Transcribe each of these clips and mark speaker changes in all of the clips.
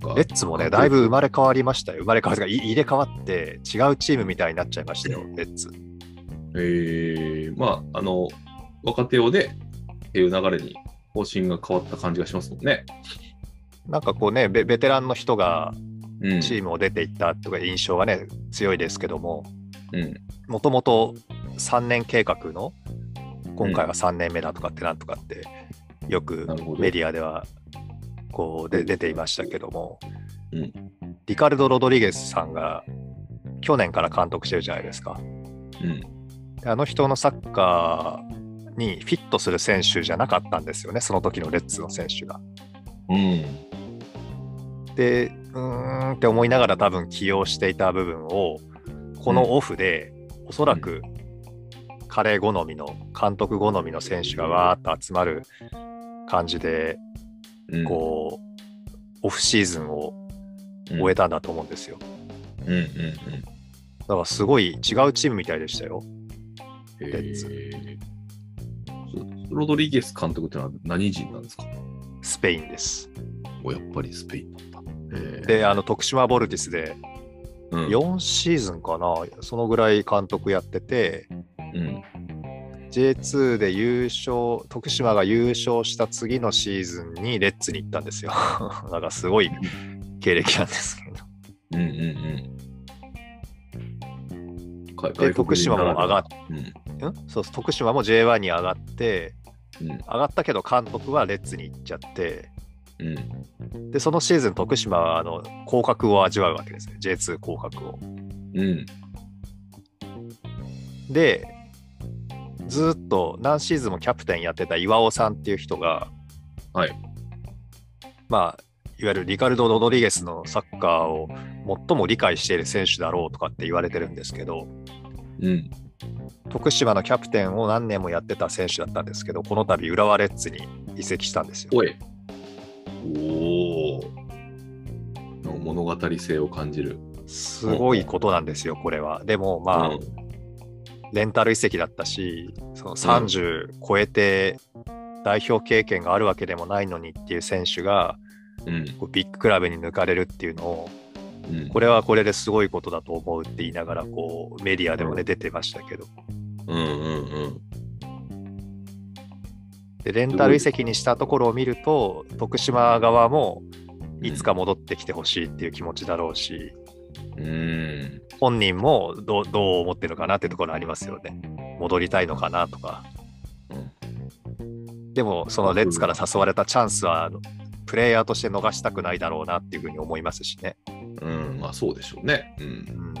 Speaker 1: が。
Speaker 2: レッツもね、だいぶ生まれ変わりましたよ。生まれ変わりましたがい入れ替わって、違うチームみたいになっちゃいましたよ、レッツ。
Speaker 1: えー、まあ、あの、若手をね、っていう流れに方針が変わった感じがしますもんね。
Speaker 2: なんかこうね、ベベテランの人が
Speaker 1: うん。
Speaker 2: チームを出ていったとか印象はね、強いですけども、
Speaker 1: うん、
Speaker 2: もともと3年計画の、今回は3年目だとかってなんとかって、よく
Speaker 1: なるほど。
Speaker 2: メディアではこうで出ていましたけども、
Speaker 1: うん
Speaker 2: リカルド・ロドリゲスさんが去年から監督してるじゃないですか。
Speaker 1: うん。
Speaker 2: であの人のサッカーにフィットする選手じゃなかったんですよね、その時のレッツの選手が。
Speaker 1: うん。
Speaker 2: で、うーんって思いながら多分起用していた部分を、このオフで、おそらく彼好みの、監督好みの選手がわーっと集まる感じで、
Speaker 1: うん、
Speaker 2: こう、オフシーズンを
Speaker 1: うん、
Speaker 2: 終えたんだと思うんですよ。
Speaker 1: うんうんうん。
Speaker 2: だからすごい違うチームみたいでしたよ。レッツ
Speaker 1: えーロドリゲス監督ってのは何人なんですか
Speaker 2: スペインです。
Speaker 1: おやっぱりスペインだった。えー
Speaker 2: で、あの徳島ボルティスで
Speaker 1: うん
Speaker 2: 4シーズンかな、そのぐらい監督やってて、
Speaker 1: うん、
Speaker 2: J2 で優勝、徳島が優勝した次のシーズンにレッツに行ったんですよ。 だからすごい経歴なんですけど。
Speaker 1: うん、うん、うん。か
Speaker 2: で、徳島も上がっ
Speaker 1: うん、
Speaker 2: んそうそう徳島も J1 に上がって、
Speaker 1: うん、
Speaker 2: 上がったけど監督はレッツに行っちゃって、
Speaker 1: うん。
Speaker 2: で、そのシーズン徳島はあの降格を味わうわけですね。J2 降格を。
Speaker 1: うん、
Speaker 2: でずーっと何シーズンもキャプテンやってた岩尾さんっていう人が、
Speaker 1: はい、
Speaker 2: まあいわゆるリカルド・ロドリゲスのサッカーを最も理解している選手だろうとかって言われてるんですけど
Speaker 1: うん。
Speaker 2: 徳島のキャプテンを何年もやってた選手だったんですけどこの度浦和レッズに移籍したんですよ。
Speaker 1: おい。おお。の物語性を感じる。
Speaker 2: すごいことなんですよこれは。でもまあ、
Speaker 1: うん
Speaker 2: レンタル移籍だったし、その30超えて代表経験があるわけでもないのにっていう選手が、
Speaker 1: うん、
Speaker 2: こうビッグクラブに抜かれるっていうのを、
Speaker 1: うん。
Speaker 2: これはこれですごいことだと思うって言いながら、こうメディアでもね、出てましたけど、
Speaker 1: うん、うん、うん。
Speaker 2: でレンタル移籍にしたところを見ると、徳島側もいつか戻ってきてほしいっていう気持ちだろうし、
Speaker 1: うん。
Speaker 2: 本人もどうどう思ってるのかなってところありますよね。戻りたいのかなとか。でも、そのレッツから誘われたチャンスは、あのプレイヤーとして逃したくないだろうなっていうふうに思いますしね。
Speaker 1: うん、まあそうでしょうね。うん。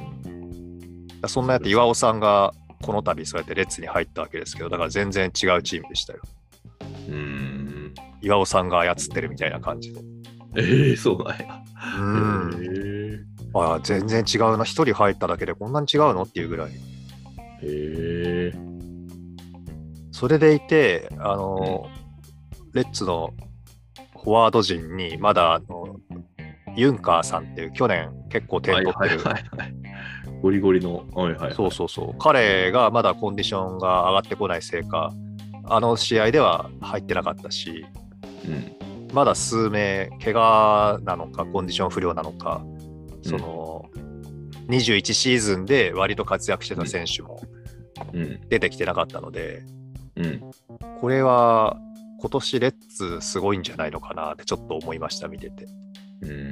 Speaker 2: うん、そんなやって岩尾さんがこの度そうやってレッツに入ったわけですけどだから全然違うチームでしたよ
Speaker 1: うん。
Speaker 2: 岩尾さんが操ってるみたいな感じで、
Speaker 1: ええそうなんや。
Speaker 2: うん、
Speaker 1: え
Speaker 2: ああ全然違うな一人入っただけでこんなに違うのっていうぐらい
Speaker 1: えへえ
Speaker 2: それでいてあの、レッツのフォワード陣にまだあのユンカーさんっていう去年結構点
Speaker 1: はい
Speaker 2: 取って
Speaker 1: はい
Speaker 2: る、
Speaker 1: はいはい。ゴリゴリの。はいはい。
Speaker 2: そうそうそう彼がまだコンディションが上がってこないせいかあの試合では入ってなかったし、
Speaker 1: うん。
Speaker 2: まだ数名、怪我なのか、コンディション不良なのか、その、21シーズンで割と活躍してた選手も
Speaker 1: うん。
Speaker 2: 出てきてなかったので、
Speaker 1: うん。
Speaker 2: これは今年レッツすごいんじゃないのかなってちょっと思いました、見てて。
Speaker 1: うん。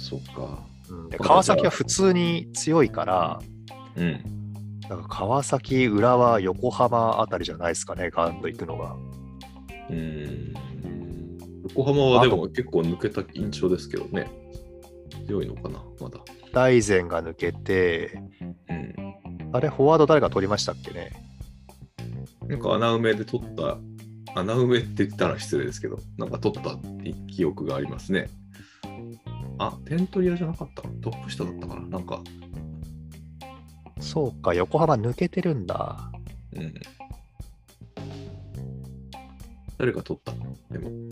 Speaker 1: そっか。
Speaker 2: うん、で川崎は普通に強いから、
Speaker 1: うん。
Speaker 2: なんか川崎、浦和、横浜あたりじゃないですかね、ガンと行くのが。
Speaker 1: うん。横浜はでも結構抜けた印象ですけどね。強いのかな、まだ。
Speaker 2: 大然が抜けて、
Speaker 1: うん。
Speaker 2: あれ、フォワード誰が取りましたっけね。
Speaker 1: なんか穴埋めで取った、穴埋めって言ったら失礼ですけど、なんか取った記憶がありますね。あ、点取り屋じゃなかったトップ下だったかななんか、
Speaker 2: そうか、横浜抜けてるんだ。
Speaker 1: うん。誰が取ったでも、
Speaker 2: うん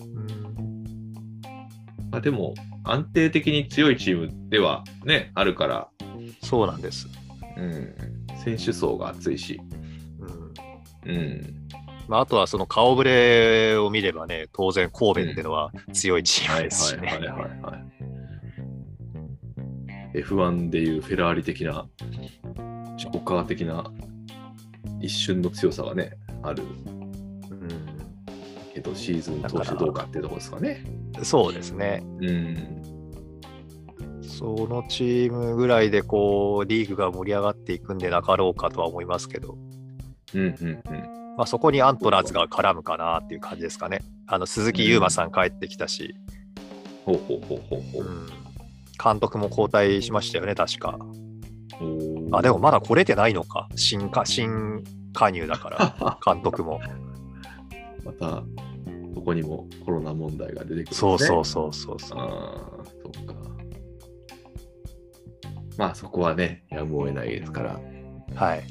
Speaker 1: あでも安定的に強いチームではね、あるから、
Speaker 2: そうなんです。
Speaker 1: うん、選手層が厚いし、
Speaker 2: う
Speaker 1: う
Speaker 2: ん、
Speaker 1: ん、
Speaker 2: まあ、あとはその顔ぶれを見ればね、当然神戸っていうのは強いチームですし
Speaker 1: はいはい
Speaker 2: ね。
Speaker 1: はいはい。F1 でいうフェラーリ的な、ジョーカー的な一瞬の強さがね、ある
Speaker 2: うん
Speaker 1: けど、シーズン通してどうかっていうところですかね。
Speaker 2: そうですね。
Speaker 1: うん。
Speaker 2: そのチームぐらいでこうリーグが盛り上がっていくんでなかろうかとは思いますけど、
Speaker 1: うんうんうん。
Speaker 2: まあ、そこにアントラーズが絡むかなっていう感じですかね。あの鈴木優馬さん帰ってきたし、
Speaker 1: ほうほうほうほうほ
Speaker 2: う
Speaker 1: う。
Speaker 2: ん、監督も交代しましたよね、確か。
Speaker 1: おー
Speaker 2: あ でもまだ来れてないのか、新か新加入 だから、監督も。
Speaker 1: また、そこにもコロナ問題が出てくるんですね、
Speaker 2: そうそうそうそうそう。
Speaker 1: ああ、そっか。まあそこはね、やむを得ないですから。
Speaker 2: はい。